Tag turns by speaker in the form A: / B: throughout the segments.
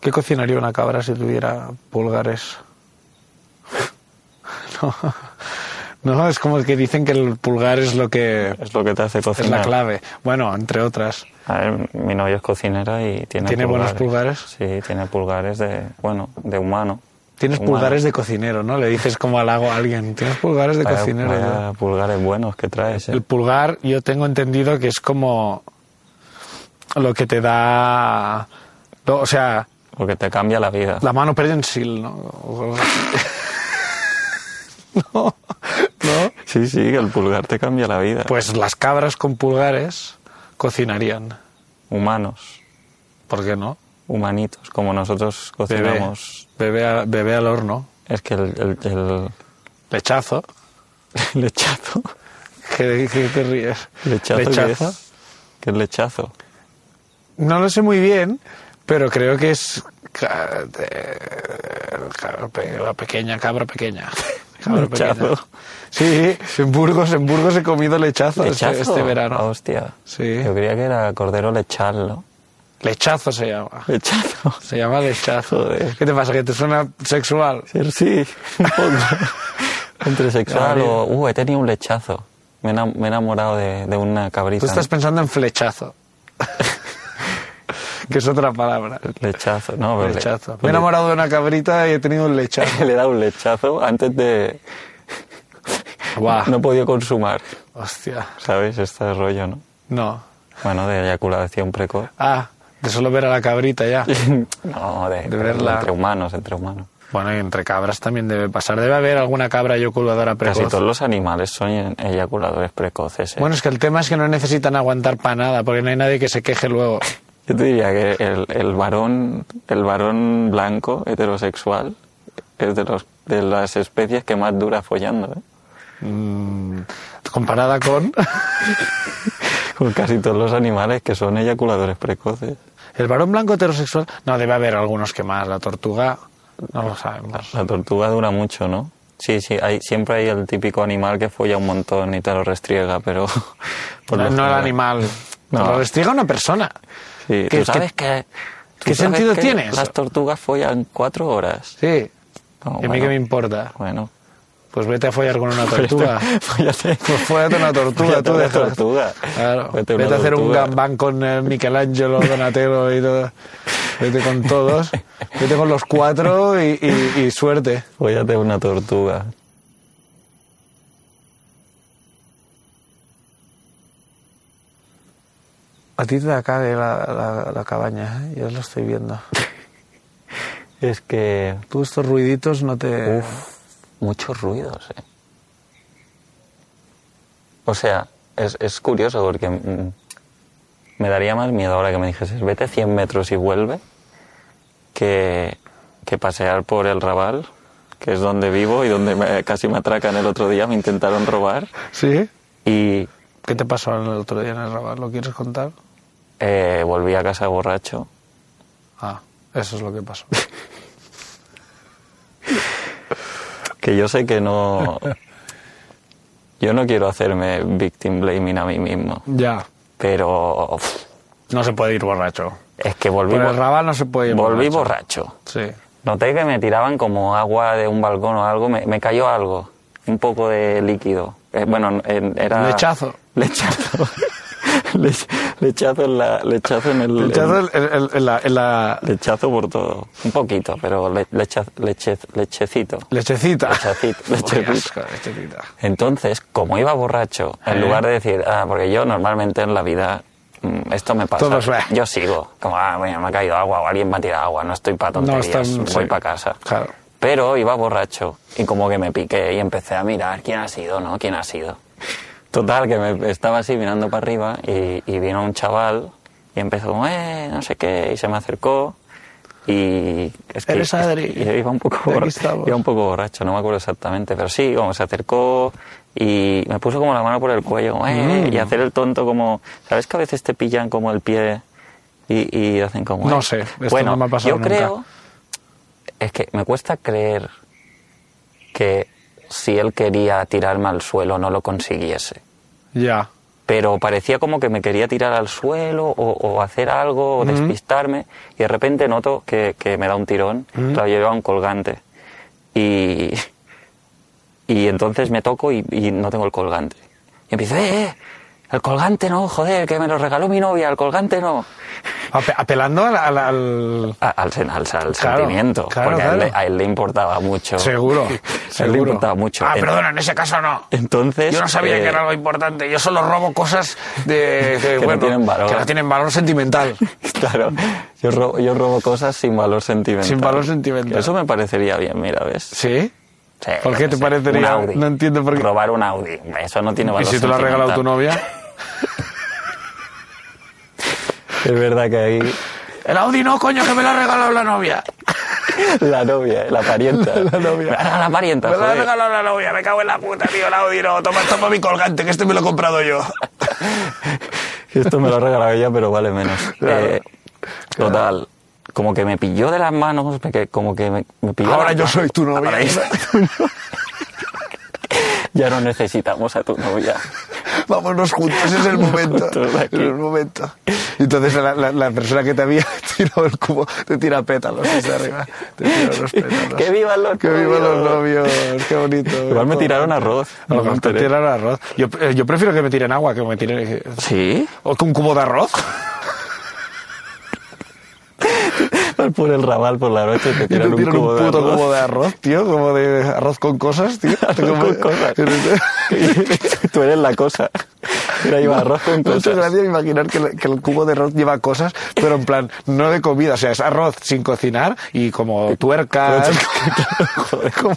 A: ¿Qué cocinaría una cabra si tuviera pulgares? no. No, es como que dicen que el pulgar es lo que
B: Es lo que te hace
A: es
B: cocinar.
A: la clave. Bueno, entre otras.
B: A ver, mi novia es cocinera y tiene
A: ¿Tiene buenos pulgares?
B: Sí, tiene pulgares de, bueno, de humano.
A: Tienes
B: Humano.
A: pulgares de cocinero, ¿no? Le dices como halago a alguien. Tienes pulgares de
B: Vaya-
A: cocinero.
B: Eh, vaya pulgares buenos que traes. eh.
A: El pulgar, yo tengo entendido que es como lo que te da. lo- o sea,
B: Porque te cambia la vida.
A: la mano perdensil, ¿no? O algo así. no, no.
B: Sí, sí, que el pulgar te cambia la vida.
A: Pues las cabras con pulgares cocinarían.
B: Humanos,
A: ¿Por qué no?
B: humanitos, como nosotros
A: Bebé,
B: cocinamos.
A: bebé, a- bebé al horno,
B: Es que el, el, el,
A: lechazo.
B: el lechazo.
A: ¿Qué, qué te ríes?
B: Lechazo.
A: Lechazo.
B: Que es, que es lechazo.
A: No lo sé muy bien, pero creo que es ca- de- cabra pe- la pequeña, cabra pequeña. Cabra pequeña.
B: Lechazo.
A: Sí, sí, en Burgos, en Burgos he comido lechazo, este-
B: ¿Lechazo?
A: Este,
B: Ah,
A: verano.
B: hostia.
A: Sí.
B: Yo creía que era cordero lechal, ¿no?
A: Lechazo se llama.
B: Lechazo.
A: Se llama lechazo.
B: Joder.
A: ¿Qué te pasa? ¿Que te suena sexual?
B: Sí, sí. un poco. Entre sexual
A: María.
B: o... Uh, he tenido un lechazo. Me he enam- me he enamorado de, de una cabrita.
A: Tú estás pensando en flechazo. que es otra palabra.
B: ¿no? Lechazo. No, pero le-
A: Lechazo. Me he
B: le-
A: enamorado de una cabrita y he tenido un lechazo.
B: Le he dado un lechazo antes de...
A: Buah.
B: No he podido consumar.
A: Hostia.
B: ¿Sabes? Este rollo, ¿no?
A: No.
B: Bueno, de eyaculación precoz.
A: Ah, de solo ver a la cabrita ya.
B: No, de,
A: De verla.
B: Entre humanos, entre humanos.
A: Bueno, y entre cabras también debe pasar. Debe haber alguna cabra yoculadora
B: Casi
A: precoz.
B: todos los animales son eyaculadores precoces. ¿eh?
A: Bueno, es que el tema es que no necesitan aguantar para nada, porque no hay nadie que se queje luego.
B: Yo te diría que el, el varón, el varón blanco heterosexual es de, los, de las especies que más dura follando, ¿eh?
A: Mm, Comparada con...
B: Con casi todos los animales que son eyaculadores precoces.
A: El varón blanco heterosexual... No, debe haber algunos que más. La tortuga... No lo sabemos.
B: La tortuga dura mucho, ¿no? Sí, sí, hay, siempre hay el típico animal que folla un montón y te lo restriega, pero... por
A: no no
B: lo
A: el
B: general-
A: animal.
B: No.
A: Lo restriega una persona.
B: Sí,
A: Que-
B: tú sabes que... tú
A: qué
B: sabes
A: sentido
B: que
A: tiene eso?
B: Las tortugas follan cuatro horas.
A: Sí.
B: No,
A: ¿Y a mí
B: bueno.
A: qué me importa?
B: Bueno.
A: Pues vete a follar con una tortuga.
B: Fóllate.
A: Pues fóllate una tortuga,
B: Fóllate
A: tú
B: una
A: deja.
B: tortuga.
A: Claro. Vete,
B: Vete una
A: a hacer un
B: tortuga.
A: gambán con eh, Michelangelo, Donatello y todo. Vete con todos. Vete con los cuatro y, y- y suerte.
B: Fóllate una tortuga.
A: A ti te la cague la, la- la cabaña, ¿eh? yo lo estoy viendo.
B: Es que...
A: Tú estos ruiditos no te.
B: Uf, muchos ruidos, eh. O sea, es, es curioso porque mm, me daría más miedo ahora que me dijeses vete 100 metros y vuelve que, que pasear por el Raval, que es donde vivo y donde me- casi me atracan el otro día, me intentaron robar.
A: ¿Sí?
B: Y
A: ¿Qué te pasó el otro día en el Raval? ¿Lo quieres contar?
B: eh, volví a casa borracho.
A: Ah, eso es lo que pasó.
B: Que yo sé que no... Yo no quiero hacerme victim blaming a mí mismo,
A: ya.
B: pero... uf,
A: No se puede ir borracho.
B: Es que volví,
A: Por el
B: bor-
A: Raval no se puede ir
B: volví
A: borracho.
B: borracho.
A: Sí.
B: Noté que me tiraban como agua de un balcón o algo, me, me cayó algo, un poco de líquido. Eh, bueno, en- era...
A: Lechazo.
B: Lechazo. Lech- lechazo en la... Lechazo en el...
A: Lechazo en- en- en- en la- en la
B: lechazo por todo. Un poquito, pero le- lecha- leche- lechecito.
A: Lechecita.
B: Lechecita, lechecita.
A: Qué asco, lechecita.
B: Entonces, como iba borracho, en
A: Eh.
B: lugar de decir, ah, porque yo normalmente en la vida mm, esto me pasa,
A: Todos, eh.
B: yo sigo, como, ah, bueno, me ha caído agua o alguien me ha tirado agua, no estoy para
A: No,
B: tonterías,
A: está en-
B: voy
A: sí.
B: para casa.
A: Claro.
B: Pero iba borracho y como que me piqué y empecé a mirar quién ha sido, ¿no? ¿Quién ha sido? Total, que me estaba así mirando para arriba y, y vino un chaval Y empezó como, eh, no sé qué, y se me acercó. Y es que,
A: Eres Adri.
B: es que iba, un poco
A: Aquí
B: borra-
A: estamos.
B: iba un poco borracho, no me acuerdo exactamente, pero sí, como se acercó y me puso como la mano por el cuello, como, eh,
A: Mm.
B: y hacer el tonto como, ¿sabes que a veces te pillan como el pie y, y hacen como...
A: No
B: eh?
A: sé, esto
B: bueno,
A: no me ha pasado
B: yo
A: nunca.
B: creo, es que me cuesta creer que si él quería tirarme al suelo no lo consiguiese
A: Ya.
B: pero parecía como que me quería tirar al suelo o, o hacer algo o despistarme y de repente noto que, que me da un tirón, claro, yo llevaba un colgante y, y entonces me toco y, y no tengo el colgante. Y empiezo, eh, eh, el colgante no, joder, que me lo regaló mi novia, el colgante no.
A: Ape- apelando al, al- al-
B: A- Al, sen- al-
A: Claro,
B: al sentimiento,
A: claro,
B: porque A, él,
A: claro.
B: le- a él le importaba mucho.
A: Seguro.
B: A él le
A: seguro.
B: importaba mucho.
A: Ah,
B: En-
A: perdona, en ese caso no.
B: Entonces...
A: Yo no sabía
B: eh,
A: que era algo importante. Yo solo robo cosas de, de-
B: no
A: bueno,
B: tienen valor.
A: que no tienen valor sentimental.
B: Claro, yo robo, yo robo cosas sin valor sentimental.
A: Sin valor sentimental.
B: Eso me parecería bien, mira, ¿ves?
A: ¿Sí?
B: Sí,
A: ¿Por qué
B: yo
A: te
B: sé,
A: parecería?
B: un Audi.
A: No entiendo por qué.
B: Robar un Audi, eso no tiene valor
A: ¿Y si te lo ha
B: sentimental.
A: regalado tu novia?
B: Es verdad que ahí
A: El Audi no, coño, que me lo ha regalado la novia.
B: la novia, eh, la parienta. la novia. La, parienta,
A: Me lo ha
B: joder.
A: regalado la novia. Me cago en la puta, tío, el Audi no. Toma, toma mi colgante, que este me lo he comprado yo.
B: Esto me lo ha regalado ella, pero vale menos.
A: Claro.
B: Eh, total, como que me pilló de las manos, me que- como que me, me pilló...
A: Ahora
B: de
A: yo
B: las
A: soy tu novia.
B: Ahora yo soy tu novia. ya no necesitamos a tu novia.
A: Vámonos juntos, es el momento.
B: Juntos de
A: Es
B: aquí.
A: el momento. Y entonces la, la- la persona que te había tirado el cubo te tira pétalos desde arriba. Te tira los pétalos.
B: ¡Que vivan los
A: ¡Que vivan los
B: novios!
A: novios! ¡Qué bonito!
B: Igual me tiraron arroz.
A: A lo
B: No me
A: mejor te
B: enteré.
A: tiraron arroz. Yo, eh, yo prefiero que me tiren agua que me tiren... eh,
B: ¿Sí?
A: ¿O que un cubo de arroz?
B: Por el rabal, por la noche, te
A: Y te
B: tiran,
A: tiran
B: un, cubo
A: un puto
B: de arroz.
A: cubo de arroz, tío. Como de arroz con cosas, tío.
B: Arroz
A: Te comes-
B: con cosas. Tú eres la cosa. Mira, iba arroz con
A: Me hace
B: cosas.
A: gracia imaginar que, el- que el cubo de arroz lleva cosas, pero en plan, no de comida, o sea, es arroz sin cocinar y como tuercas, como,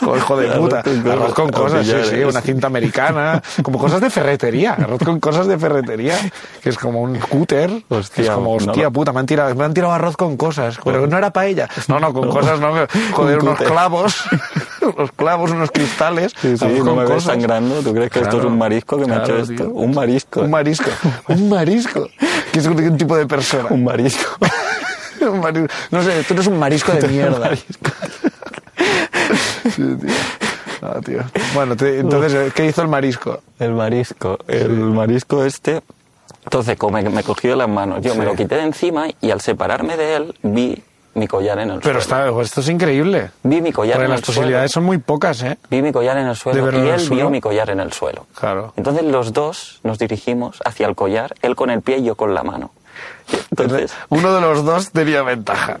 A: como hijo de
B: Arroz
A: puta,
B: con cosas,
A: arroz con cosas, sí,
B: tortilladas.
A: sí, una cinta americana, como cosas de ferretería, arroz con cosas de ferretería, que es como un cúter, que es
B: Hostia,
A: como,
B: no
A: hostia
B: lo-
A: puta, me han, tirado, me han tirado arroz con cosas, pero no era paella, no, no, con cosas no, joder,
B: Un
A: unos
B: cúter.
A: clavos, unos clavos, unos cristales,
B: Sí, sí,
A: arroz
B: no
A: con
B: me ves
A: cosas.
B: sangrando. ¿Tú crees que esto es
A: Claro,
B: un marisco que me ha hecho
A: claro,
B: esto?
A: tío.
B: Un marisco.
A: Un marisco. Un marisco. Que es un, un tipo de persona.
B: Un marisco.
A: Un marisco. No sé, tú eres un marisco de mierda. Sí, tío. Ah, tío. Bueno, te- entonces, ¿qué hizo el marisco?
B: El marisco. El marisco este. Entonces, como me, me cogió de las manos, yo me
A: Sí.
B: lo quité de encima y al separarme de él vi mi collar en el
A: Pero
B: suelo.
A: está, pues, esto es increíble.
B: Vi mi collar
A: Porque
B: en el
A: las posibilidades
B: suelo.
A: son muy pocas, ¿eh?
B: Vi mi collar en el
A: ¿De
B: suelo
A: verlo
B: y
A: en el
B: él
A: suelo?
B: vio mi collar en el suelo.
A: Claro.
B: Entonces los dos nos dirigimos hacia el collar, él con el pie y yo con la mano. Y Entonces,
A: Uno de los dos tenía ventaja.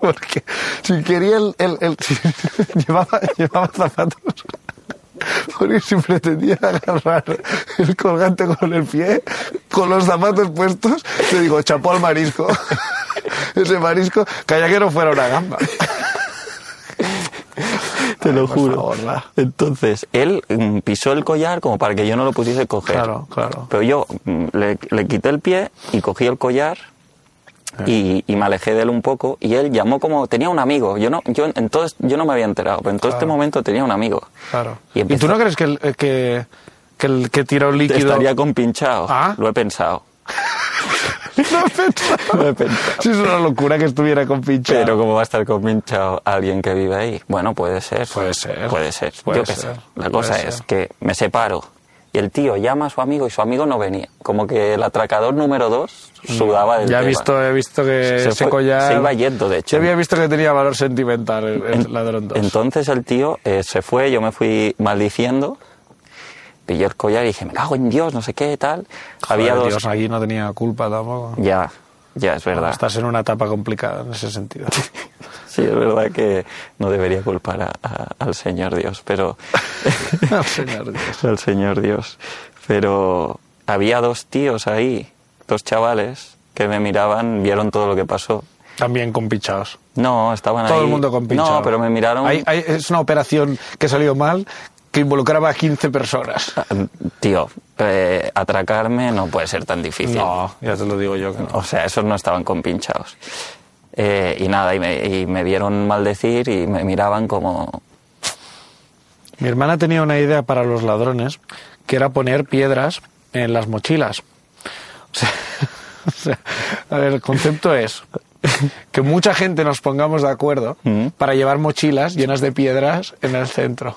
A: Porque si quería el... el- el- si llevaba, llevaba zapatos. Porque si pretendía agarrar el colgante con el pie, con los zapatos puestos, te digo, chapó al marisco. Ese marisco, calla que no fuera una gamba.
B: te lo
A: por
B: juro.
A: favor, va.
B: Entonces, él mm, pisó el collar como para que yo no lo pudiese coger.
A: Claro, claro.
B: Pero yo mm, le, le quité el pie y cogí el collar
A: Ah.
B: y, y me alejé de él un poco y él llamó como tenía un amigo. Yo no, yo entonces yo no me había enterado, pero en todo este
A: Claro.
B: momento tenía un amigo.
A: Claro.
B: Y,
A: ¿Y,
B: empezó,
A: tú no crees que el que, que, el que tiró líquido...
B: estaría compinchado.
A: Ah.
B: Lo he pensado.
A: No he pensado.
B: Lo he pensado.
A: Sí, es una locura que estuviera con pinche.
B: Pero ¿cómo va a estar convinchado alguien que vive ahí? Bueno, puede ser.
A: Puede ser.
B: Puede ser.
A: Puede
B: Yo qué
A: ser,
B: sé.
A: puede
B: La cosa
A: ser.
B: es que me separo y el tío llama a su amigo y su amigo no venía. Como que el atracador número dos sudaba del
A: Mm, Ya he
B: tema.
A: visto, he visto que
B: Se
A: ese
B: fue-
A: collar...
B: se iba yendo, de hecho.
A: Yo había visto que tenía valor sentimental el, el ladrón dos.
B: Entonces el tío eh, se fue, yo me fui maldiciendo, pillé el collar y dije, me cago en Dios, no sé qué, tal.
A: Joder,
B: Había dos...
A: Dios, aquí no tenía culpa tampoco.
B: Ya, ya, es verdad.
A: Estás en una etapa complicada en ese sentido.
B: Sí, es verdad que no debería culpar a- a- al Señor Dios, pero...
A: Al Señor Dios.
B: al Señor Dios. Pero había dos tíos ahí, dos chavales, que me miraban, vieron todo lo que pasó.
A: También con pinchados.
B: No, estaban ahí.
A: Todo el mundo con pinchados.
B: No, pero me miraron.
A: Hay- hay- es una operación que salió mal que involucraba a 15 personas.
B: ah, Tío, eh, atracarme no puede ser tan difícil.
A: No, ya te lo digo yo que no.
B: O sea, esos no estaban compinchados. Eh, y nada, y me, y me vieron maldecir y me miraban como...
A: Mi hermana tenía una idea para los ladrones, que era poner piedras en las mochilas. O sea, o sea, a ver, el concepto es que mucha gente nos pongamos de acuerdo
B: Ujú.
A: para llevar mochilas llenas de piedras en el centro.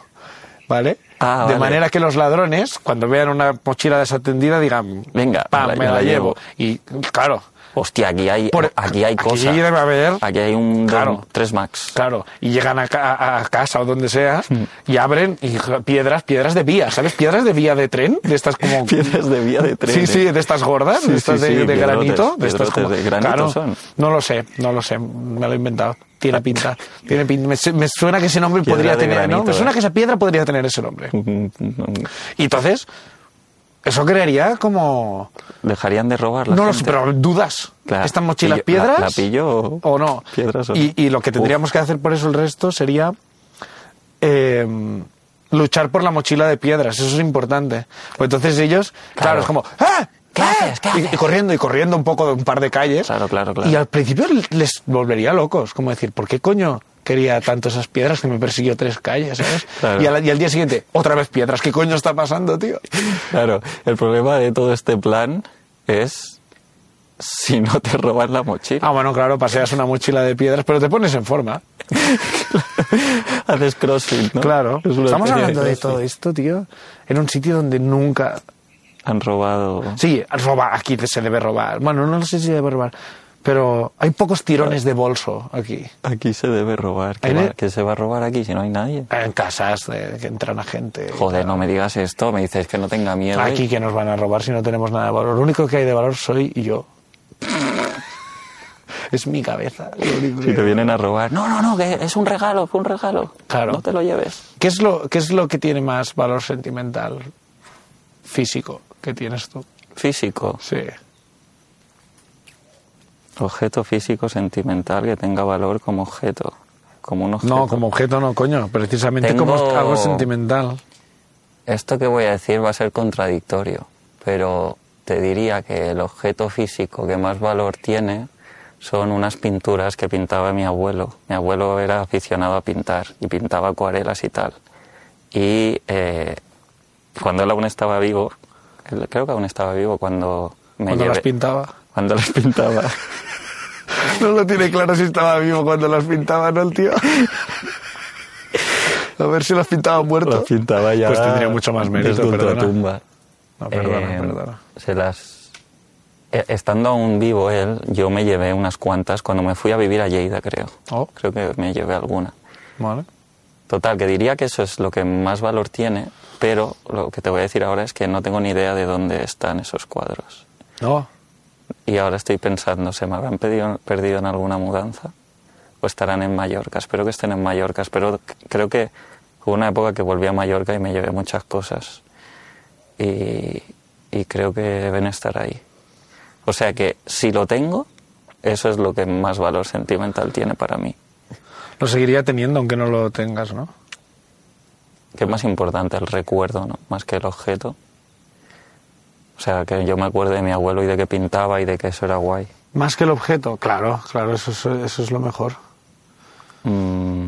A: ¿Vale?
B: Ah,
A: de
B: vale.
A: manera que los ladrones, cuando vean una mochila desatendida, digan,
B: Venga,
A: pam,
B: me la-
A: me
B: me
A: la,
B: la
A: llevo.
B: llevo.
A: Y claro,
B: Hostia, aquí hay,
A: Por-
B: aquí hay
A: aquí
B: cosas.
A: debe haber-
B: Aquí hay un...
A: Claro.
B: 3 Max.
A: Claro, y llegan a, ca- a casa o donde sea
B: Mm.
A: y abren y ja, piedras, piedras de vía, ¿sabes? Piedras de vía de tren, de estas como...
B: Piedras de vía de tren,
A: Sí,
B: eh.
A: sí, de estas gordas,
B: Sí,
A: de estas de,
B: sí, sí,
A: de
B: piedrotes,
A: granito. De estas
B: piedrotes de granito
A: Claro,
B: son.
A: No lo sé, no lo sé, me lo he inventado. Tiene pinta, tiene pinta. Me, su- me suena que ese nombre
B: Piedra
A: podría
B: de
A: tener, ¿no?
B: granito,
A: Me suena
B: eh.
A: que esa piedra podría tener ese nombre.
B: Dejarían
A: Y entonces, eso crearía como...
B: de robar la
A: No lo sé,
B: gente.
A: pero dudas.
B: Claro.
A: ¿Están mochilas
B: Pillo- la-
A: piedras?
B: la pillo o-
A: o no?
B: piedras o-
A: y, y lo que tendríamos que hacer por eso el resto sería eh, luchar por la mochila de piedras. Eso es importante. Pues entonces ellos, claro,
B: Claro.
A: es como... ¡Ah!
B: ¿Qué
A: ¡Ah!",
B: haces? ¿Qué
A: y- Y,
B: haces?
A: corriendo y corriendo un poco de un par de calles.
B: Claro, claro, claro.
A: Y al principio les volvería locos. Como decir, ¿por qué coño quería tanto esas piedras que me persiguió tres calles? ¿sabes?
B: Claro.
A: Y, al, y al día siguiente, otra vez piedras. ¿Qué coño está pasando, tío?
B: Claro, el problema de todo este plan es si no te roban la mochila.
A: Ah, bueno, claro, paseas una mochila de piedras, pero te pones en forma.
B: Haces crossfit, ¿no?
A: Ah. Claro.
B: Es una
A: Estamos
B: especie
A: hablando de
B: crossfit.
A: todo esto, tío. En un sitio donde nunca.
B: Han robado.
A: Sí, roba, aquí se debe robar. Bueno, no sé si se debe robar. Pero hay pocos tirones de bolso aquí.
B: Aquí se debe robar. ¿Qué,
A: Ahí
B: va-
A: le-
B: qué se va a robar aquí si no hay nadie?
A: En casas de- que entran a gente.
B: Joder, no me digas esto. Me dices que no tenga miedo.
A: Aquí que nos van a robar si no tenemos nada de valor. Lo único que hay de valor soy yo. es mi cabeza. lo único
B: Si
A: que-
B: te vienen a robar. No, no, no, que es un regalo, fue un regalo.
A: Claro.
B: No te lo lleves.
A: ¿Qué es, lo, ¿Qué es lo que tiene más valor sentimental físico que tienes tú?
B: Físico.
A: Sí.
B: Objeto físico sentimental que tenga valor como objeto. Como un objeto.
A: No, como objeto no, coño. Precisamente como
B: pues Tengo-
A: algo sentimental.
B: Esto que voy a decir va a ser contradictorio, pero te diría que el objeto físico que más valor tiene son unas pinturas que pintaba mi abuelo. Mi abuelo era aficionado a pintar y pintaba acuarelas y tal. Y eh, cuando él aún estaba vivo, él- creo que aún estaba vivo cuando me
A: Cuando las
B: llevé-
A: pintaba.
B: Cuando las pintaba.
A: No lo tiene claro si estaba vivo cuando las pintaba, ¿no, el tío? A ver si las pintaba muerto.
B: Las pintaba ya.
A: Pues tendría mucho más mérito,
B: desde
A: perdona.
B: ultratumba.
A: No, perdona,
B: Eh,
A: perdona.
B: Se las... e- Estando aún vivo él, yo me llevé unas cuantas cuando me fui a vivir a Lleida, creo.
A: Oh.
B: Creo que me llevé alguna.
A: Vale.
B: Total, que diría que eso es lo que más valor tiene, pero lo que te voy a decir ahora es que no tengo ni idea de dónde están esos cuadros.
A: No.
B: Y ahora estoy pensando, ¿se me habrán pedido- perdido en alguna mudanza? ¿O estarán en Mallorca? Espero que estén en Mallorca. Espero, creo que hubo una época que volví a Mallorca y me llevé muchas cosas. Y, y creo que deben estar ahí. O sea que si lo tengo, eso es lo que más valor sentimental tiene para mí.
A: Lo seguiría teniendo aunque no lo tengas, ¿no?
B: que es más importante el recuerdo, ¿no? Más que el objeto. O sea, que yo me acuerdo de mi abuelo y de que pintaba y de que eso era guay.
A: Más que el objeto. Claro, claro, eso es, eso es lo mejor.
B: Mm,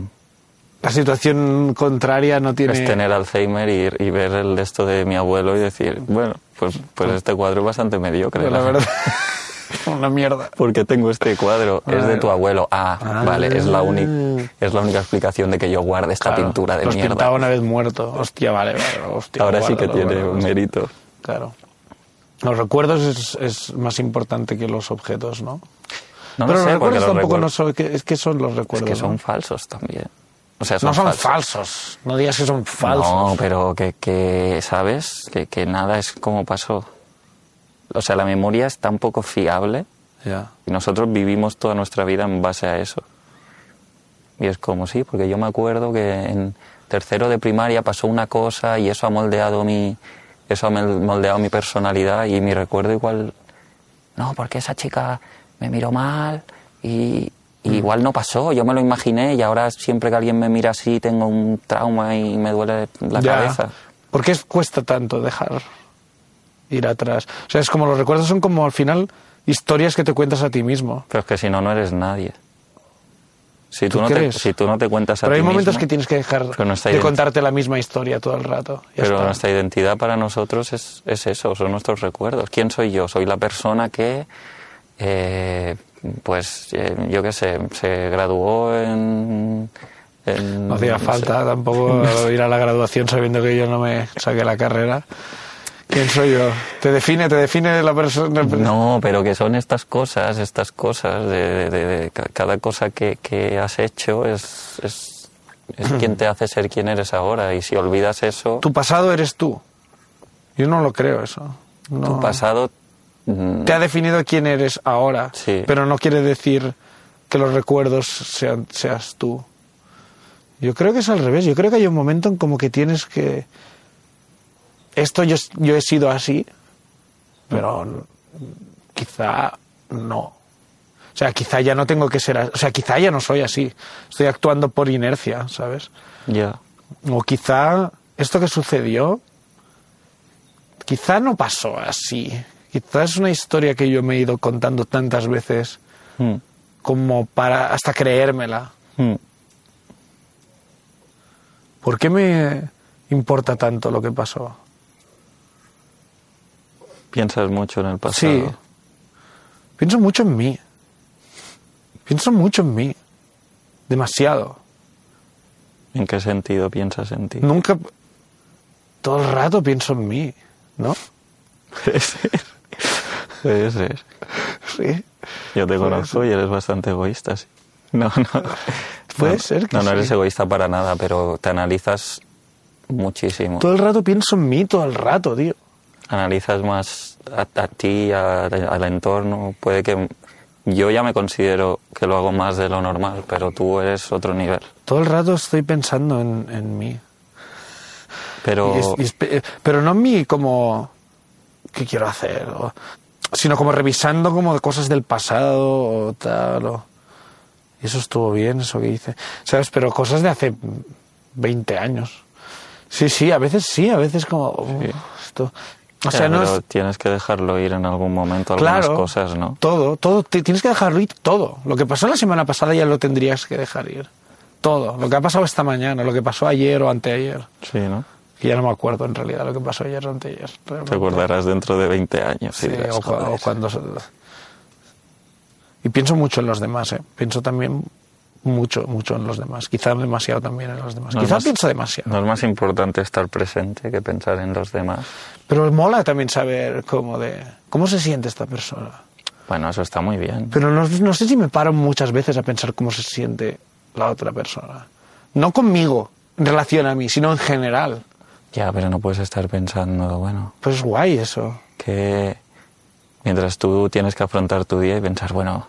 A: La situación contraria no tiene...
B: Es tener Alzheimer y, y ver el de esto de mi abuelo y decir, bueno, pues, pues este cuadro es bastante mediocre.
A: Pero Ah. la
B: gente-
A: verdad. Una mierda.
B: ¿Por qué tengo este cuadro? Es de tu abuelo. Ah,
A: Ah.
B: vale, es la, única es la única explicación de que yo guarde esta
A: Claro,
B: pintura de
A: los
B: mierda.
A: pintaba una vez muerto. Hostia, vale, vale. Hostia,
B: Ahora sí que
A: guárdalo,
B: tiene
A: guárdalo.
B: mérito.
A: Claro. Los recuerdos es, es más importante que los objetos, ¿no?
B: No lo
A: Pero los
B: sé, porque
A: recuerdos
B: los
A: tampoco
B: recuer-
A: no son... que- Es que son los
B: Es
A: recuerdos.
B: que son
A: ¿no?
B: falsos también. O sea,
A: No son
B: falsos.
A: falsos. No digas que son falsos.
B: No, pero que, que, sabes que, que nada es como pasó. O sea, la memoria es tan poco fiable
A: Ya.
B: y nosotros vivimos toda nuestra vida en base a eso. Y es como, sí, porque yo me acuerdo que en tercero de primaria pasó una cosa y eso ha moldeado mi, eso ha mel- moldeado mi personalidad y mi recuerdo igual. No, porque esa chica me miró mal y,
A: Mm.
B: y igual no pasó, yo me lo imaginé y ahora siempre que alguien me mira así tengo un trauma y me duele la
A: Ya.
B: cabeza.
A: ¿Por qué cuesta tanto dejar ir atrás? O sea, es como los recuerdos son como al final historias que te cuentas a ti mismo.
B: Pero es que si no, no eres nadie. Si tú,
A: ¿Tú
B: no te,
A: crees?
B: si tú no te cuentas a
A: Pero hay
B: ti
A: momentos
B: mismo,
A: que tienes que dejar
B: Pero nuestra
A: de
B: identi-
A: contarte la misma historia todo el rato. Ya
B: Pero
A: está.
B: nuestra identidad para nosotros es, es eso, son nuestros recuerdos. ¿Quién soy yo? Soy la persona que, eh, pues, eh, yo qué sé, se graduó en... en-
A: No hacía
B: sé.
A: falta tampoco ir a la graduación sabiendo que yo no me saqué la carrera. ¿Quién soy yo? ¿Te define, te define la persona?
B: No, pero que son estas cosas, estas cosas, de, de- de- de ca- cada cosa que, que has hecho es, es, es quien te hace ser quien eres ahora. Y si olvidas eso,
A: Tu pasado eres tú. Yo no lo creo eso. No.
B: tu pasado... mm,
A: Te ha definido quién eres ahora,
B: Sí.
A: pero no quiere decir que los recuerdos sean, seas tú. Yo creo que es al revés. Yo creo que hay un momento en como que tienes que... Esto yo, yo he sido así, pero n- quizá no. O sea, quizá ya no tengo que ser... a- O sea, quizá ya no soy así. Estoy actuando por inercia, ¿sabes?
B: Ya.
A: O quizá esto que sucedió, quizá no pasó así. Quizá es una historia que yo me he ido contando tantas veces
B: Mm,
A: como para hasta creérmela.
B: mm.
A: ¿Por qué me importa tanto lo que pasó?
B: Piensas mucho en el pasado.
A: Sí. Pienso mucho en mí. Pienso mucho en mí. Demasiado.
B: ¿En qué sentido piensas en ti?
A: Nunca... Todo el rato pienso en mí, ¿no?
B: Puede ser. Puede ser.
A: Sí.
B: Yo te conozco y eres bastante egoísta, sí. No, no.
A: Puede
B: No,
A: ser que
B: No, no eres
A: sí.
B: egoísta para nada, pero te analizas muchísimo.
A: Todo el rato pienso en mí, todo el rato, tío.
B: Analizas más a, a ti, a- al entorno. Puede que. Yo ya me considero que lo hago más de lo normal, pero tú eres otro nivel.
A: Todo el rato estoy pensando en, en mí.
B: Pero.
A: Y es- y es pe- eh, pero no en mí como qué quiero hacer, O- sino como revisando como de cosas del pasado o tal. o- y eso estuvo bien, eso que hice. ¿Sabes? Pero cosas de hace 20 años. Sí, sí, a veces sí, a veces como... uf, esto- O sea,
B: Ya,
A: no
B: eh, pero
A: es...
B: tienes que dejarlo ir en algún momento, algunas
A: Claro,
B: cosas, ¿no?
A: todo, todo, te- tienes que dejarlo ir todo. Lo que pasó la semana pasada ya lo tendrías que dejar ir. Todo, lo que ha pasado esta mañana, lo que pasó ayer o anteayer.
B: Sí, ¿no?
A: Que ya no me acuerdo en realidad lo que pasó ayer o anteayer. realmente.
B: Te acordarás dentro de 20 años.
A: Sí,
B: y dirás,
A: o, cua-
B: "Joder".
A: o cuando... se- Y pienso mucho en los demás, ¿eh? Pienso también mucho, mucho en los demás. Quizá demasiado también en los demás.
B: No es
A: Quizá
B: más-
A: pienso demasiado.
B: No es más importante estar presente que pensar en los demás.
A: Pero mola también saber cómo de... ¿Cómo se siente esta persona?
B: Bueno, eso está muy bien.
A: Pero no, no sé si me paro muchas veces a pensar cómo se siente la otra persona. No conmigo, en relación a mí, sino en general.
B: Ya, pero no puedes estar pensando, bueno,
A: Pues es guay eso.
B: que mientras tú tienes que afrontar tu día y pensar, bueno,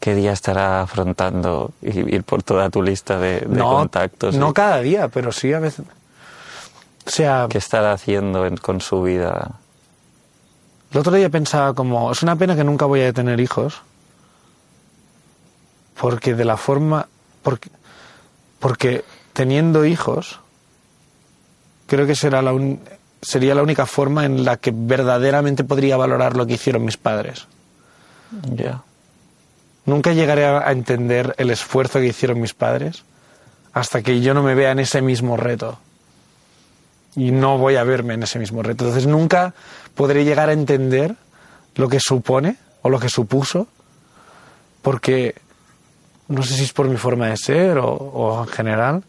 B: ¿qué día estará afrontando? Y ir por toda tu lista de, de contactos.
A: no
B: y
A: cada día, pero sí a veces. O sea,
B: ¿Qué estará haciendo en- con su vida?
A: el otro día pensaba como, es una pena que nunca voy a tener hijos. Porque de la forma... Porque, porque teniendo hijos, creo que será la un- sería la única forma en la que verdaderamente podría valorar lo que hicieron mis padres.
B: Ya.
A: Nunca llegaré a a entender el esfuerzo que hicieron mis padres hasta que yo no me vea en ese mismo reto. Y no voy a verme en ese mismo reto. Entonces nunca podré llegar a entender lo que supone o lo que supuso porque no sé si es por mi forma de ser o, o en general.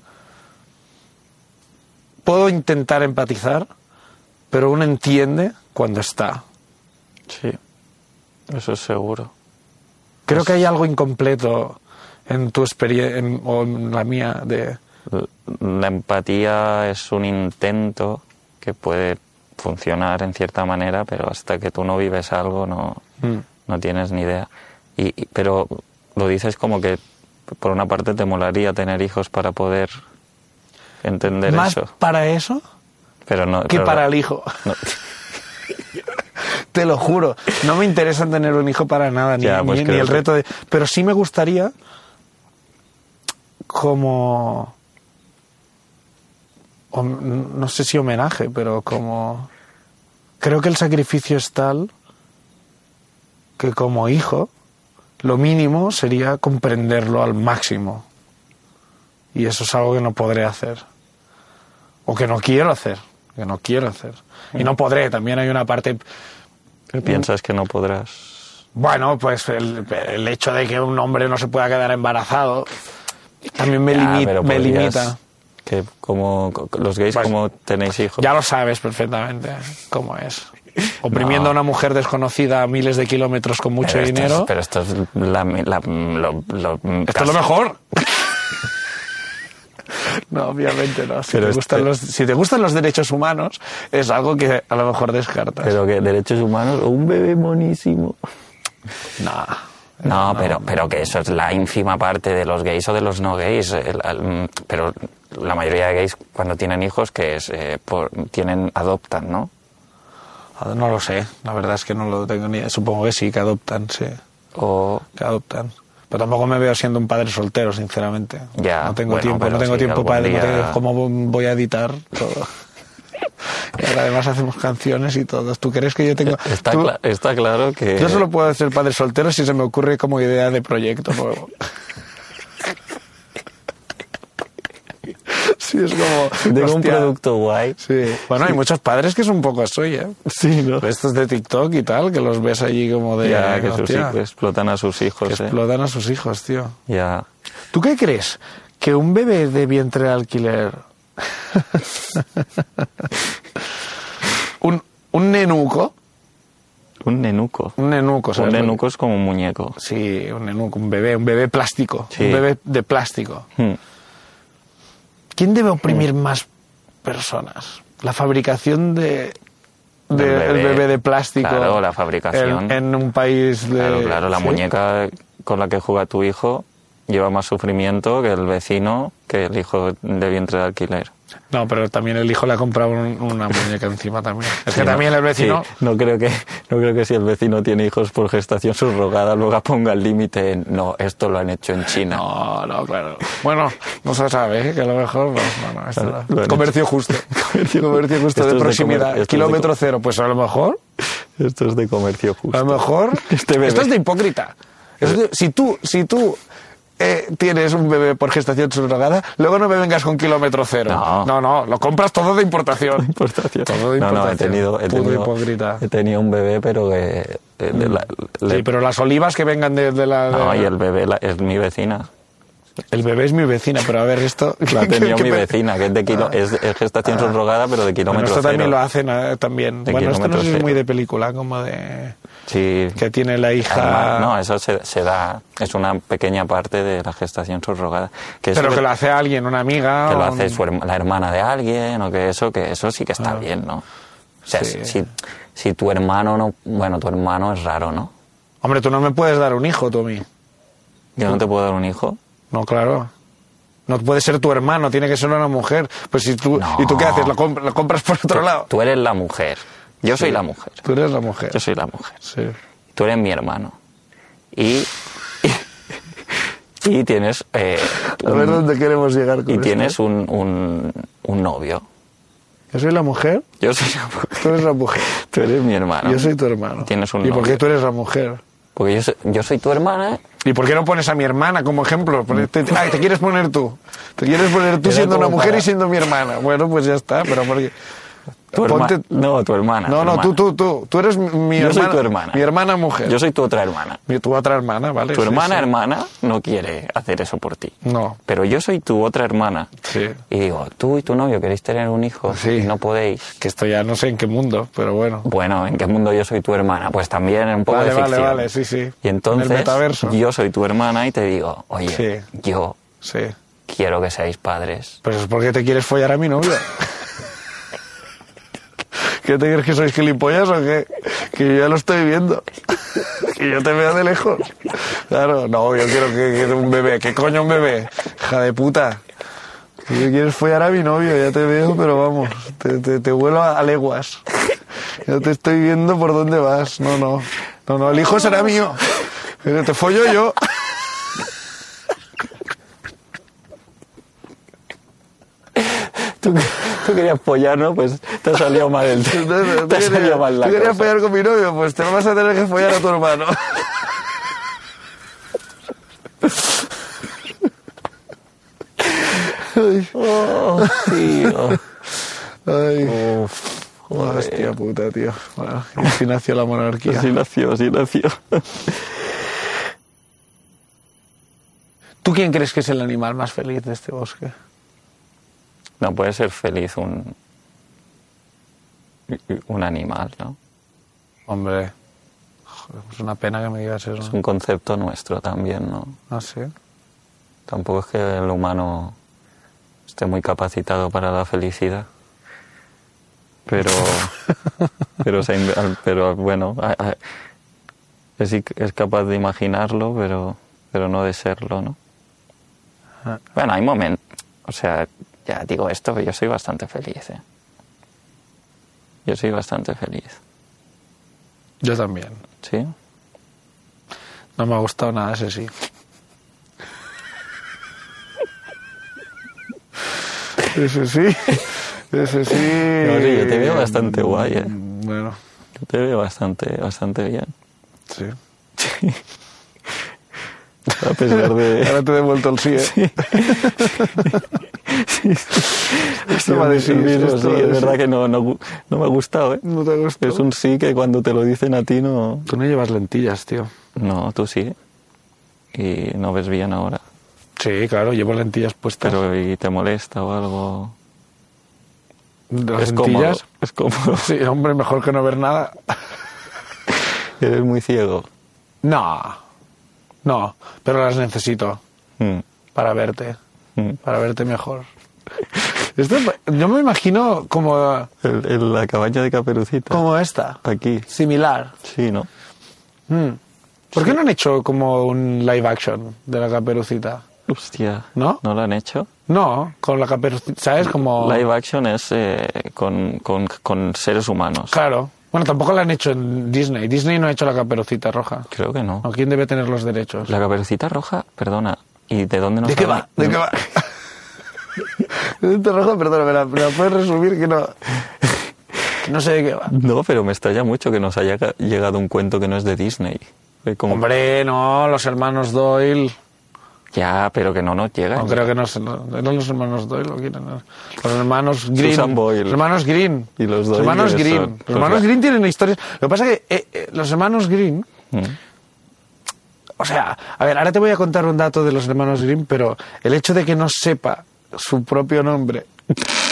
A: Puedo intentar empatizar, pero uno entiende cuando está.
B: Sí. Eso es seguro.
A: Creo que hay algo incompleto en tu experiencia o en la mía de
B: L- La empatía es un intento que puede funcionar en cierta manera, pero hasta que tú no vives algo no,
A: Hmm.
B: no tienes ni idea. Y, y- pero lo dices como que por una parte te molaría tener hijos para poder entender
A: más
B: eso,
A: para eso
B: pero no
A: que
B: pero-
A: para el hijo. te lo juro. No me interesa tener un hijo para nada, ni,
B: Ya, pues
A: ni- ni
B: creo
A: el
B: que-
A: reto de... Pero sí me gustaría como... hom- No sé si homenaje, pero como... Creo que el sacrificio es tal que como hijo lo mínimo sería comprenderlo al máximo. Y eso es algo que no podré hacer. O que no quiero hacer. Que no quiero hacer. Y no podré. También hay una parte.
B: Piensas que no podrás.
A: Bueno, pues el, el hecho de que un hombre no se pueda quedar embarazado también me,
B: Ya,
A: limi-
B: Ah, pero
A: me
B: podrías-
A: limita.
B: Que como co- los gays,
A: Pues,
B: como tenéis hijos.
A: Ya lo sabes perfectamente cómo es. Oprimiendo a una mujer desconocida a miles de kilómetros con mucho
B: Pero esto es-
A: dinero.
B: pero esto es la, la- lo, lo-
A: Esto es lo mejor. No, obviamente no. Si,
B: Pero
A: te gustan
B: este-
A: los, si te gustan los derechos humanos, es algo que a lo mejor descartas.
B: Pero que derechos humanos, un bebé monísimo.
A: No.
B: No, pero, pero que eso es la ínfima parte de los gays o de los no gays. El- al- mm, pero la mayoría de gays cuando tienen hijos que es, eh, por- tienen, adoptan, ¿no?
A: No lo sé. La verdad es que no lo tengo ni idea. Supongo que sí, que adoptan, sí.
B: O
A: Que adoptan. Pero tampoco me veo siendo un padre soltero, sinceramente.
B: Ya,
A: no tengo
B: bueno,
A: tiempo,
B: pero
A: no tengo
B: sí,
A: tiempo
B: algún
A: para... no
B: día-
A: tengo- ¿Cómo voy a editar todo? Y ahora además hacemos canciones y todo. ¿Tú crees que yo tengo...?
B: E-, está,
A: tú-
B: cla- eh, está claro que...
A: Yo solo puedo ser padre soltero si se me ocurre como idea de proyecto nuevo. Sí, es como.
B: tengo un
A: hostia,
B: producto guay.
A: Sí. Bueno, hay muchos padres que son un poco así, ¿eh?
B: Sí, ¿no?
A: Estos de TikTok y tal, que los ves allí como de.
B: Ya, que, sus
A: hostia,
B: hijos- eh. explotan a sus hijos.
A: que
B: eh.
A: explotan a sus hijos, tío.
B: Ya.
A: ¿Tú qué crees? ¿Que un bebé de vientre de alquiler. un, un nenuco.
B: Un nenuco.
A: Un nenuco,
B: Un
A: ¿sabes?
B: nenuco es como un muñeco.
A: Sí, un nenuco, un bebé, un bebé plástico.
B: Sí.
A: Un bebé de plástico.
B: Hmm.
A: ¿Quién debe oprimir más personas? ¿La fabricación de, de-
B: Del
A: el
B: bebé.
A: bebé de plástico?
B: Claro, la fabricación.
A: En, en un país de.
B: Claro, claro, la
A: ¿sí?
B: muñeca con la que juega tu hijo lleva más sufrimiento que el vecino, que el hijo de vientre de alquiler.
A: No, pero también el hijo le ha comprado un- una muñeca encima también. Es que
B: Sí,
A: también
B: no,
A: el vecino.
B: sí, no creo que no creo que si el vecino tiene hijos por gestación subrogada luego ponga el límite en no, esto lo han hecho en China.
A: No, no, claro. Bueno, no se sabe, ¿eh? que a lo mejor no. no, no, esto
B: Lo-
A: no.
B: lo han
A: comercio justo.
B: Comercio-
A: comercio
B: Esto
A: justo
B: es
A: de
B: de
A: proximidad.
B: comer- esto es de
A: kilómetro
B: com-
A: cero. Pues a lo mejor
B: Esto es de comercio justo.
A: A lo mejor.
B: Este bebé.
A: Esto es de hipócrita. Esto es de- si tú, si tú eh, tienes un bebé por gestación subrogada, luego no me vengas con kilómetro cero.
B: No.
A: no, no, lo compras todo de importación.
B: Importación.
A: Todo de
B: no,
A: importación.
B: no, he tenido, he
A: Puro
B: tenido,
A: hipócrita. Mm.
B: he tenido un bebé, pero que eh, de la- le-
A: Sí, pero las olivas que vengan de, de la. de
B: no,
A: la-
B: y el bebé la- es mi vecina.
A: El bebé es mi vecina, pero a ver, esto.
B: La tenía
A: que- que-
B: mi vecina, que es de kilo, es, es gestación subrogada, pero de
A: Bueno,
B: kilómetro
A: esto también
B: cero.
A: lo hacen eh, también.
B: De
A: bueno, esto no
B: kilómetro
A: sé si es
B: cero.
A: muy de película, como de.
B: Sí.
A: que tiene la hija.
B: Además, no, eso se, se da, es una pequeña parte de la gestación subrogada. Que eso
A: pero
B: que,
A: que lo hace alguien, una amiga.
B: que lo
A: o
B: hace
A: un-
B: su herma- la hermana de alguien, o que eso, que eso sí que está bien, ¿no? O sea,
A: Ah. Sí.
B: si, si tu hermano no, bueno, tu hermano es raro, ¿no?
A: Hombre, tú no me puedes dar un hijo, Tommy.
B: Yo no te puedo dar un hijo.
A: No, claro. No puede ser tu hermano, tiene que ser una mujer. Pues si tú,
B: No.
A: ¿y tú qué haces? ¿Lo, comp- lo compras por otro lado?
B: Tú eres la mujer. Yo soy la mujer.
A: Tú eres la mujer.
B: Yo soy la mujer.
A: Sí.
B: Tú eres mi hermano. Y. Y, tienes. eh,
A: A ver
B: un-
A: dónde queremos llegar con
B: y
A: esto.
B: tienes un, un, un novio.
A: Yo soy la mujer,
B: Yo soy la mujer.
A: tú eres la mujer.
B: Tú eres mi hermano.
A: Yo soy tu hermano.
B: Tienes un
A: ¿Y por
B: novio.
A: qué tú eres la mujer?
B: Porque yo soy, yo soy tu hermana.
A: ¿Y por qué no pones a mi hermana como ejemplo? Pon- Te, te- ay, te quieres poner tú. Te quieres poner tú
B: Era
A: siendo una
B: como
A: mujer
B: para-
A: y siendo mi hermana. Bueno, pues ya está, pero porque...
B: Tu herma-
A: Ponte-
B: No, tu hermana.
A: No,
B: tu
A: no, tú,
B: hermana.
A: tú, tú. Tú eres mi mi
B: Yo
A: hermana.
B: soy tu hermana.
A: Mi hermana mujer.
B: Yo soy tu otra hermana.
A: Mi- Tu otra hermana, ¿vale?
B: Tu
A: Sí,
B: hermana,
A: sí.
B: hermana, no quiere hacer eso por ti.
A: No.
B: Pero yo soy tu otra hermana.
A: Sí.
B: Y digo, tú y tu novio queréis tener un hijo
A: Sí.
B: y no podéis.
A: Que esto ya no sé en qué mundo, pero bueno.
B: Bueno, ¿en qué mundo yo soy tu hermana? Pues también en un poco
A: Vale,
B: de
A: vale,
B: ficción.
A: vale, sí, sí.
B: Y entonces
A: En el metaverso.
B: yo soy tu hermana y te digo, oye,
A: Sí.
B: yo
A: Sí.
B: quiero que seáis padres.
A: Pero es porque te quieres follar a mi novia. ¿Qué te crees que sois gilipollas o qué? Que yo ya lo estoy viendo. Que yo te veo de lejos. Claro, no, yo quiero que, que un bebé. ¿Qué coño un bebé? Hija de puta. Que yo quieres follar a mi novio, ya te veo, pero vamos, te, te, te vuelo a, a leguas. Ya te estoy viendo por dónde vas. No, no. No, no, el hijo será mío. Pero te follo yo.
B: Tú, tú querías follar, ¿no? Pues te ha salido mal el
A: No,
B: tema.
A: no, tú
B: te ha salido
A: querías-
B: mal la
A: tú querías
B: cosa.
A: follar con mi novio, pues te lo vas a tener que follar a tu hermano.
B: Oh, tío.
A: Ay,
B: Uf, joder.
A: hostia puta, tío. Bueno, y así nació la monarquía.
B: Así Pues nació, así nació.
A: ¿Tú quién crees que es el animal más feliz de este bosque?
B: No puede ser feliz un. un animal, ¿no?
A: Hombre, joder, pues una pena que me digas eso.
B: Es un concepto nuestro también, ¿no?
A: No sé.
B: Tampoco es que el humano esté muy capacitado para la felicidad. Pero. pero, se ha inve- pero bueno. a- a- Es, i- es capaz de imaginarlo, pero, pero no de serlo, ¿no?
A: Ajá.
B: Bueno, hay momentos. O sea, ya digo esto, pero yo soy bastante feliz, ¿eh? Yo soy bastante feliz.
A: Yo también.
B: ¿Sí?
A: No me ha gustado nada ese sí. Ese sí. Ese sí.
B: No, sí, yo te veo bastante guay, ¿eh?
A: Bueno,
B: Yo te veo bastante, bastante bien.
A: sí.
B: A pesar de...
A: Ahora te he devuelto el sí, ¿eh?
B: Esto
A: va de sí, esto va de
B: es
A: sí.
B: verdad que no, no, gu- no me ha gustado, ¿eh?
A: No te ha gustado.
B: Es un sí que cuando te lo dicen a ti no...
A: Tú no llevas lentillas, tío.
B: No, tú sí. ¿eh? Y no ves bien ahora.
A: Sí, claro, llevo lentillas puestas.
B: Pero y te molesta o algo...
A: Las
B: es cómodo.
A: lentillas.
B: Es cómodo.
A: Sí, hombre, mejor que no ver nada.
B: Eres muy ciego.
A: No. No, pero las necesito
B: Mm,
A: para verte.
B: mm.
A: Para verte mejor. Esto- yo me imagino como,
B: El- el- la cabaña de Caperucita.
A: como esta.
B: Aquí.
A: Similar.
B: Sí, ¿no?
A: Mm. ¿Por qué no han hecho como un live action de la caperucita?
B: Hostia.
A: ¿No? Oh.
B: ¿No lo han hecho?
A: No, con la caperucita, ¿sabes? Como...
B: Live action es eh, con, con- con seres humanos.
A: Claro. Bueno, tampoco la han hecho en Disney. Disney no ha hecho la caperucita roja.
B: Creo que no.
A: ¿O quién debe tener los derechos?
B: La caperucita roja, perdona. ¿Y de dónde nos habla-
A: va? Caperucita roja, perdona, me la, me la puedes resumir que no... que no sé de qué va.
B: No, pero me extraña mucho que nos haya ca- llegado un cuento que no es de Disney. Eh, Como,
A: Hombre, no, los hermanos Doyle...
B: Ya, pero que no nos llega.
A: No creo que no se- no- eran los hermanos Doyle o quién eran. Los hermanos Green.
B: Susan Boyle.
A: Los hermanos Green.
B: Y los Doyle
A: hermanos
B: son-
A: Green.
B: pues
A: Los hermanos
B: la-
A: Green tienen historias. Lo que pasa es que eh, eh, los hermanos Green.
B: Mm.
A: O sea, a ver, ahora te voy a contar un dato de los hermanos Green, pero el hecho de que no sepa su propio nombre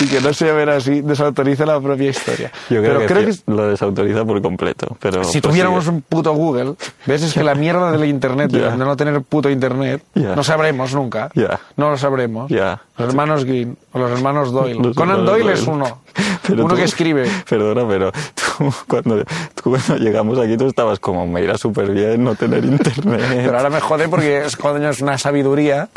A: y que no se llamen así desautoriza la propia historia.
B: Yo creo
A: pero
B: que,
A: creo que
B: sí, lo desautoriza por completo. Pero
A: si
B: pues,
A: tuviéramos
B: sí.
A: un puto Google, ves es que la mierda del internet,
B: Ya.
A: de no tener puto internet,
B: Ya.
A: no sabremos nunca.
B: Ya.
A: No lo sabremos.
B: Ya.
A: Los hermanos Green o los hermanos Doyle.
B: Los
A: Conan
B: hermanos
A: Doyle, es uno.
B: Pero
A: uno
B: tú-
A: que escribe.
B: Perdona, pero tú cuando, tú cuando llegamos aquí tú estabas como, me irá súper bien no tener internet.
A: Pero ahora me jode porque es, coño, es una sabiduría.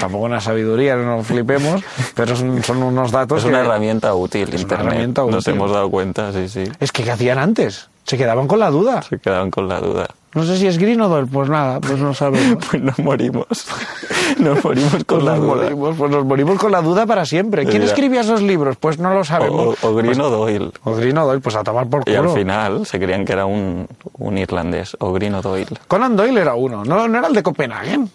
A: Tampoco una sabiduría, no nos flipemos, pero son, son unos datos
B: es
A: que-
B: una herramienta útil,
A: una
B: internet.
A: herramienta
B: Nos
A: útil.
B: hemos dado cuenta, sí, sí.
A: Es que ¿qué hacían antes? Se quedaban con la duda.
B: Se quedaron con la duda.
A: No sé si es Green o Doyle. Pues nada, pues no sabemos.
B: Pues nos morimos. Nos morimos con
A: Pues
B: la
A: nos
B: duda.
A: morimos, pues nos morimos con la duda para siempre. ¿Quién
B: Mira.
A: escribía esos libros? Pues no lo
B: O,
A: sabemos. Pues
B: o Green o Doyle.
A: O'Green O'Doyle, pues a tomar por
B: Y
A: culo.
B: al final se creían que era un, un irlandés, o Green o Doyle.
A: Conan Doyle era uno, no, no era el de Copenhague.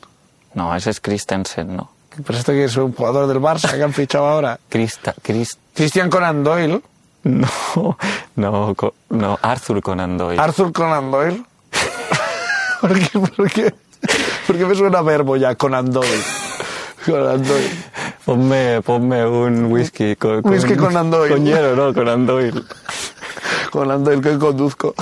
B: No, ese es Christensen, no.
A: Pero esto que es un jugador del Barça que han fichado ahora.
B: Crista, Crist,
A: Christian Conan Doyle,
B: no, no, co- no, Arthur Conan Doyle.
A: Arthur Conan Doyle. ¿Por qué? ¿Por qué? ¿Por qué me suena verbo ya, Conan Doyle? Conan Doyle.
B: ponme, ponme un whisky con,
A: Whisky Conan Doyle.
B: Con hielo, no, Conan Doyle.
A: Conan Doyle que conduzco.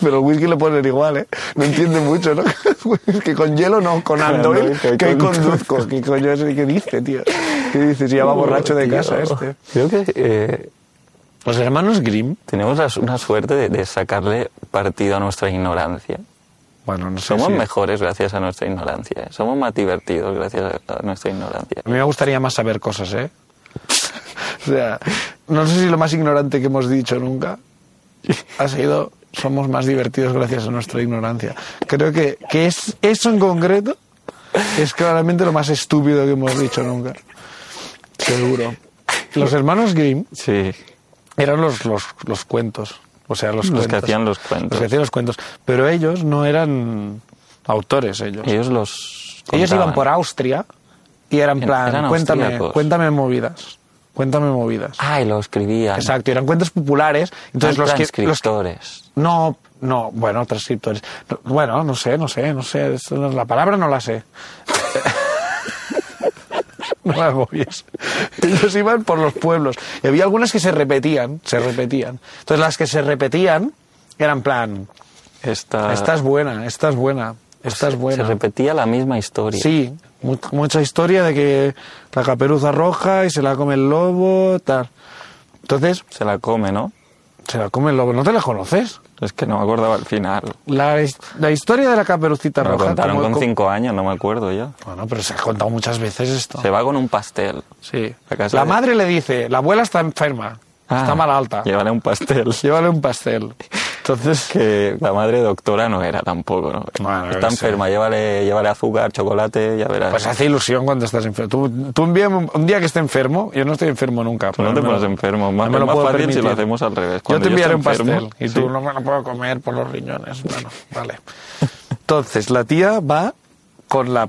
A: Pero el whisky le ponen igual, ¿eh? No entiende mucho, ¿no? Whisky con hielo no, Conan
B: Conan
A: Doyle
B: Doyle que
A: que
B: conduzco.
A: conduzco. ¿Qué coño es? ¿Qué dice, tío? ¿Qué dice? Si ya va borracho de
B: Uh, Tío,
A: casa este.
B: Creo que eh,
A: Los Pues hermanos Grimm
B: tenemos la su- una suerte de, de sacarle partido a nuestra ignorancia.
A: Bueno, no sé.
B: Somos
A: si-
B: mejores gracias a nuestra ignorancia. ¿eh? Somos más divertidos gracias a a nuestra ignorancia.
A: A mí me gustaría más saber cosas, ¿eh? O sea, no sé si lo más ignorante que hemos dicho nunca ha sido somos más divertidos gracias a nuestra ignorancia. Creo que, que es, eso en concreto es claramente lo más estúpido que hemos dicho nunca. Seguro. Los hermanos Grimm
B: Sí,
A: eran los, los, los cuentos. O sea, los,
B: Los que
A: cuentos.
B: hacían los cuentos.
A: Los que hacían los cuentos. Pero ellos no eran autores, ellos.
B: ellos los.
A: Ellos
B: contaban.
A: iban por Austria y eran
B: Eran-
A: plan,
B: eran
A: cuéntame,
B: austríacos.
A: cuéntame movidas. Cuéntame movidas.
B: Ah, y lo escribían.
A: Exacto, eran cuentos populares. Entonces
B: Eran
A: los que, los que-
B: transcriptores.
A: No, no, bueno, transcriptores. No, Bueno, no sé, no sé, no sé. esto no es- La palabra no la sé. no la movies. Ellos iban por los pueblos. Y había algunas que se repetían, se repetían. Entonces las que se repetían eran plan,
B: Esta,
A: esta es buena, esta es buena, esta es buena.
B: Ah. Pues Se repetía la misma historia.
A: Sí, mu- mucha historia de que la caperuza roja y se la come el lobo, tal. Entonces,
B: Se la come, ¿no?
A: se la come el lobo, ¿no te la conoces?
B: Es que no me acordaba el final.
A: La, his- la historia de la caperucita
B: Me lo
A: roja.
B: contaron
A: como-
B: con
A: como-
B: cinco años, no me acuerdo ya.
A: Bueno, pero se ha contado muchas veces esto.
B: Se va con un pastel.
A: Sí.
B: A casa
A: La
B: de-
A: madre le dice, la abuela está enferma, está
B: Ah,
A: mal alta,
B: Llévale un pastel.
A: llévale un pastel. Entonces,
B: Que la madre doctora no era tampoco, ¿no?
A: Bueno,
B: Está
A: sí.
B: enferma, llévale, llévale azúcar, chocolate, ya verás.
A: pues hace ilusión cuando estás enfermo. Tú, tú envíame un, un día que esté enfermo, yo no estoy enfermo nunca.
B: Tú no
A: pero
B: te
A: me lo-
B: pones enfermo, más-
A: no me lo
B: es más
A: puedo
B: fácil si
A: permitir.
B: lo hacemos al revés.
A: Yo
B: Cuando
A: te
B: yo
A: enviaré un
B: esté enfermo,
A: pastel y tú
B: sí.
A: no me lo puedo comer por los riñones. Bueno, vale. Entonces, la tía va con, la,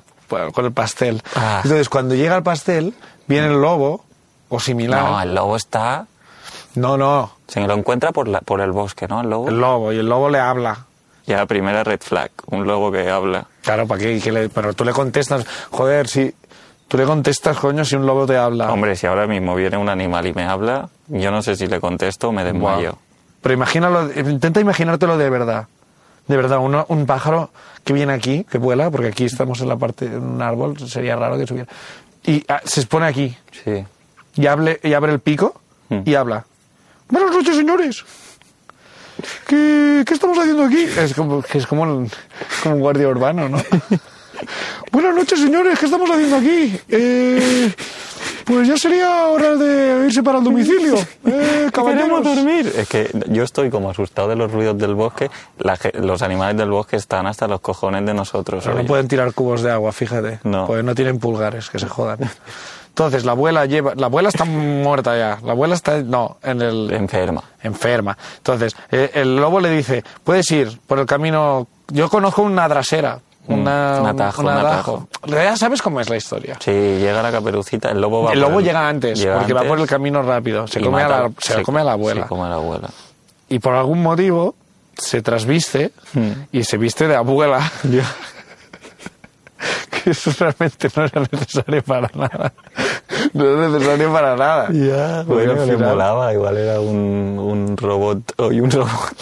A: con el pastel.
B: Ah.
A: Entonces, cuando llega el pastel, viene el lobo o
B: No,
A: similar.
B: el lobo está.
A: No, no,
B: Se lo encuentra por, la, por el bosque, ¿no? El lobo.
A: el lobo. Y el lobo le habla.
B: Ya, primera red flag, un lobo que habla.
A: Claro, ¿para qué? ¿Qué le- pero tú le contestas, joder, si tú le contestas, coño, si un lobo te habla.
B: Hombre, si ahora mismo viene un animal y me habla, yo no sé si le contesto o me
A: Guau.
B: desmayo.
A: Pero imagínalo, intenta imaginártelo de verdad. De verdad, uno- un pájaro que viene aquí, que vuela, porque aquí estamos en la parte de un árbol, sería raro que subiera. Y ah, se expone aquí,
B: Sí.
A: y, hable, y abre el pico,
B: Mm.
A: y habla. Buenas noches, señores. ¿Qué, qué estamos haciendo aquí? Es como, que es como, un- como un guardia urbano, ¿no? Buenas noches, señores, ¿qué estamos haciendo aquí? Eh, pues ya sería hora de irse para el domicilio. Eh, caballeros.
B: Queremos dormir. Es que yo estoy como asustado de los ruidos del bosque. La ge- los animales del bosque están hasta los cojones de nosotros.
A: Pero no
B: oye.
A: pueden tirar cubos de agua, fíjate.
B: No.
A: Porque no tienen pulgares, que se jodan. Entonces, la abuela lleva. La abuela está muerta ya. La abuela está. No, en el.
B: Enferma.
A: Enferma. Entonces, eh, el lobo le dice: Puedes ir por el camino. Yo conozco una drasera. Una,
B: Mm, un atajo,
A: un
B: un
A: atajo. Ya sabes cómo es la historia.
B: Sí, llega la caperucita, el lobo va
A: El
B: por
A: lobo llega antes,
B: llega
A: porque va
B: antes
A: por el camino rápido. Se,
B: y
A: come a
B: mata-
A: la, se la come a la abuela.
B: Se come a la abuela.
A: y por algún motivo se trasviste
B: Hmm.
A: y se viste de abuela. que eso realmente no era necesario para nada. No era necesario para nada. Porque
B: bueno,
A: al
B: le
A: final
B: molaba, igual era un, un robot, hoy un robot,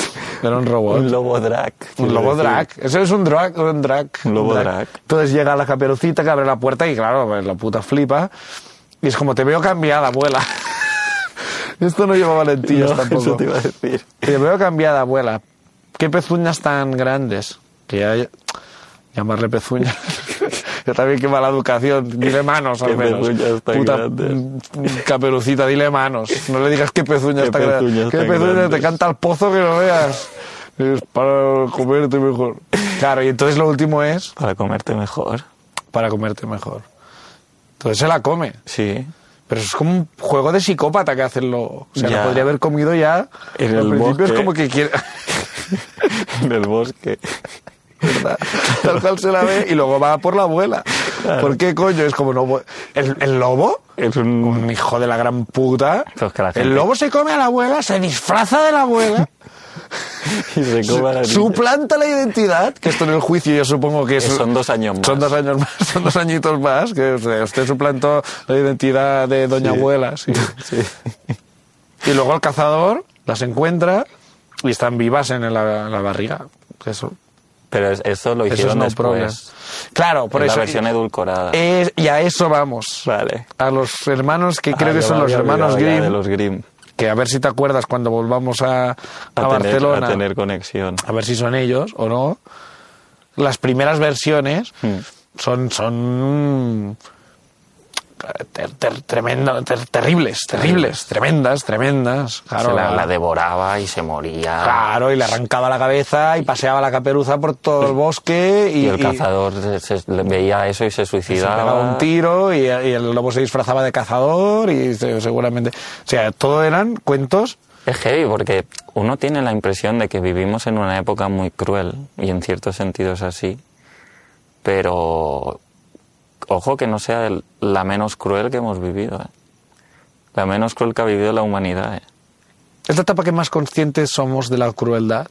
A: Era un robot.
B: un lobo drag.
A: Un
B: quiero
A: lobo
B: decir.
A: drag. Eso es un drag. Un drag.
B: Un lobo drag.
A: Entonces llega la caperucita que abre la puerta y claro, pues, la puta flipa. Y es como, te veo cambiada, abuela. Esto no lleva valentías
B: No,
A: tampoco.
B: eso te iba a decir.
A: Te veo cambiada, abuela. ¿Qué pezuñas tan grandes? Que ya... Llamarle pezuñas. Yo también qué mala educación. Dile manos, al
B: Qué
A: menos.
B: pezuñas tan
A: Puta
B: grandes.
A: mm, caperucita, dile manos. No le digas qué pezuñas
B: Qué
A: tan grandes.
B: pezuñas
A: Qué
B: tan
A: pezuñas, te
B: grandes.
A: canta al pozo que lo veas. Es para comerte mejor. Claro, y entonces lo último es
B: Para comerte mejor.
A: para comerte mejor. Entonces se la come.
B: Sí.
A: Pero es como un juego de psicópata que hacen lo. O sea,
B: Ya.
A: la podría haber comido ya.
B: En
A: Al
B: el
A: principio es
B: bosque.
A: como que quiere.
B: en el bosque.
A: ¿verdad? Tal cual se la ve y luego va por la abuela. ¿Por qué coño? Es como no. voy- ¿El, el lobo?
B: Es un...
A: Un hijo de la gran puta.
B: Pero es que la gente-
A: El lobo se come a la abuela, se disfraza de la abuela,
B: Y se come a la niña.
A: suplanta la identidad, que esto en el juicio yo supongo que es-
B: Eh, Son dos años más.
A: Son dos años más, son dos añitos más, que o sea, usted suplantó la identidad de doña
B: Sí.
A: abuela. sí.
B: Sí.
A: Y luego el cazador las encuentra y están vivas en la, en la barriga. Eso,
B: Pero es- eso lo
A: eso es
B: hicieron
A: no problem.
B: después.
A: Claro, por
B: Es
A: eso. Eh,
B: La versión edulcorada.
A: Es- y a eso vamos.
B: Vale.
A: A los hermanos que creo
B: Ah,
A: que
B: yo
A: son
B: me
A: los
B: había
A: hermanos
B: olvidado ya
A: Grimm.
B: De los Grimm.
A: Que a ver si te acuerdas cuando volvamos a, a
B: A, tener-
A: Barcelona.
B: a tener conexión.
A: a ver si son ellos o no.
B: Mm.
A: Las primeras versiones
B: Hmm.
A: son, son ter- ter- tremendo, ter- terribles, terribles, tremendas, tremendas. Claro,
B: se la,
A: la-
B: la devoraba y se moría.
A: Claro, y le arrancaba la cabeza y paseaba la caperuza por todo el bosque y,
B: Y el
A: y-
B: cazador se- se- le veía eso y se
A: y se pegaba
B: suicidaba.
A: un tiro y, y el lobo se disfrazaba de cazador y se- seguramente... O sea, todo eran cuentos...
B: Es heavy porque uno tiene la impresión de que vivimos en una época muy cruel y en ciertos sentidos así, pero ojo que no sea el- la menos cruel que hemos vivido, ¿eh? la menos cruel que ha vivido la humanidad. ¿eh?
A: Es la etapa que más conscientes somos de la crueldad,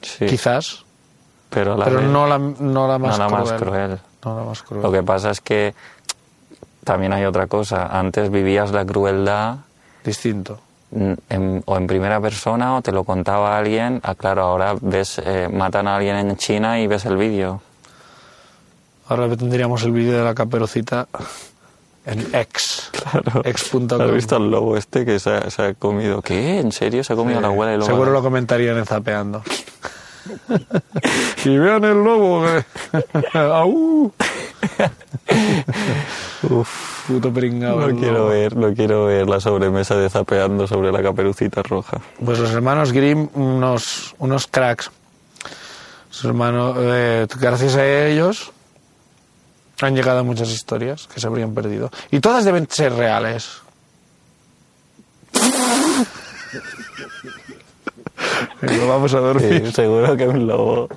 B: Sí,
A: quizás,
B: pero, a la
A: pero
B: vez
A: no la, no la más
B: no la
A: cruel.
B: más cruel.
A: No la más cruel.
B: Lo que pasa es que también hay otra cosa. Antes vivías la crueldad
A: Distinto.
B: mm, en- o en primera persona o te lo contaba alguien. Ah, claro, ahora ves, eh, matan a alguien en China y ves el vídeo.
A: Ahora tendríamos el vídeo de la caperucita en X. X.com.
B: ¿Has visto al lobo este que se ha, se ha comido? ¿Qué? ¿En serio? ¿Se ha comido la abuela del lobo?
A: Seguro lo comentarían en Zapeando. y vean el lobo. que- ¡Au! Uf, puto pringado. el
B: Lo quiero
A: lobo.
B: ver, lo quiero ver, la sobremesa de zapeando sobre la caperucita roja.
A: Pues los hermanos Grimm, unos, unos cracks. Sus hermanos, eh, gracias a ellos han llegado muchas historias que se habrían perdido. Y todas deben ser reales. Venga, vamos a dormir.
B: Sí, seguro que un lobo,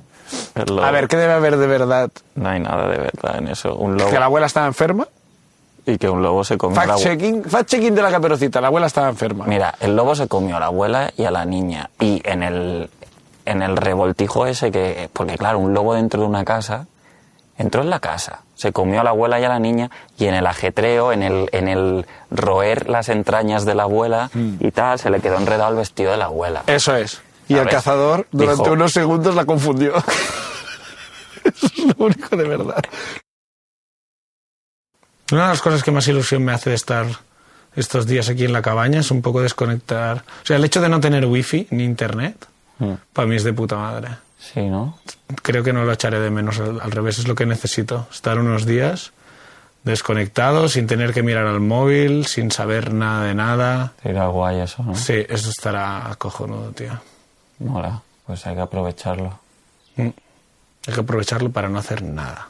B: el lobo-
A: A ver, ¿qué debe haber de verdad?
B: No hay nada de verdad en eso. Un
A: ¿Que la
B: lobo...
A: abuela estaba enferma?
B: Y que un lobo se comió la abuela.
A: Fact-checking fact -checking de la caperucita. La abuela estaba enferma.
B: Mira, el lobo se comió a la abuela y a la niña. Y en el, en el revoltijo ese que... Porque claro, un lobo dentro de una casa... Entró en la casa, se comió a la abuela y a la niña y en el ajetreo, en el, en el roer las entrañas de la abuela y tal, se le quedó enredado el vestido de la abuela.
A: Eso es. Y el
B: ¿Sabes?
A: cazador durante
B: Dijo-
A: unos segundos la confundió. Eso es lo único de verdad. Una de las cosas que más ilusión me hace de estar estos días aquí en la cabaña es un poco desconectar. O sea, el hecho de no tener wifi ni internet, para mí es de puta madre.
B: Sí, ¿no?
A: Creo que no lo echaré de menos, al al revés es lo que necesito. Estar unos días desconectado, sin tener que mirar al móvil, sin saber nada de nada.
B: Sería guay eso, ¿no?
A: Sí, eso estará cojonudo, tío.
B: Mola, pues hay que aprovecharlo.
A: Mm. Hay que aprovecharlo para no hacer nada.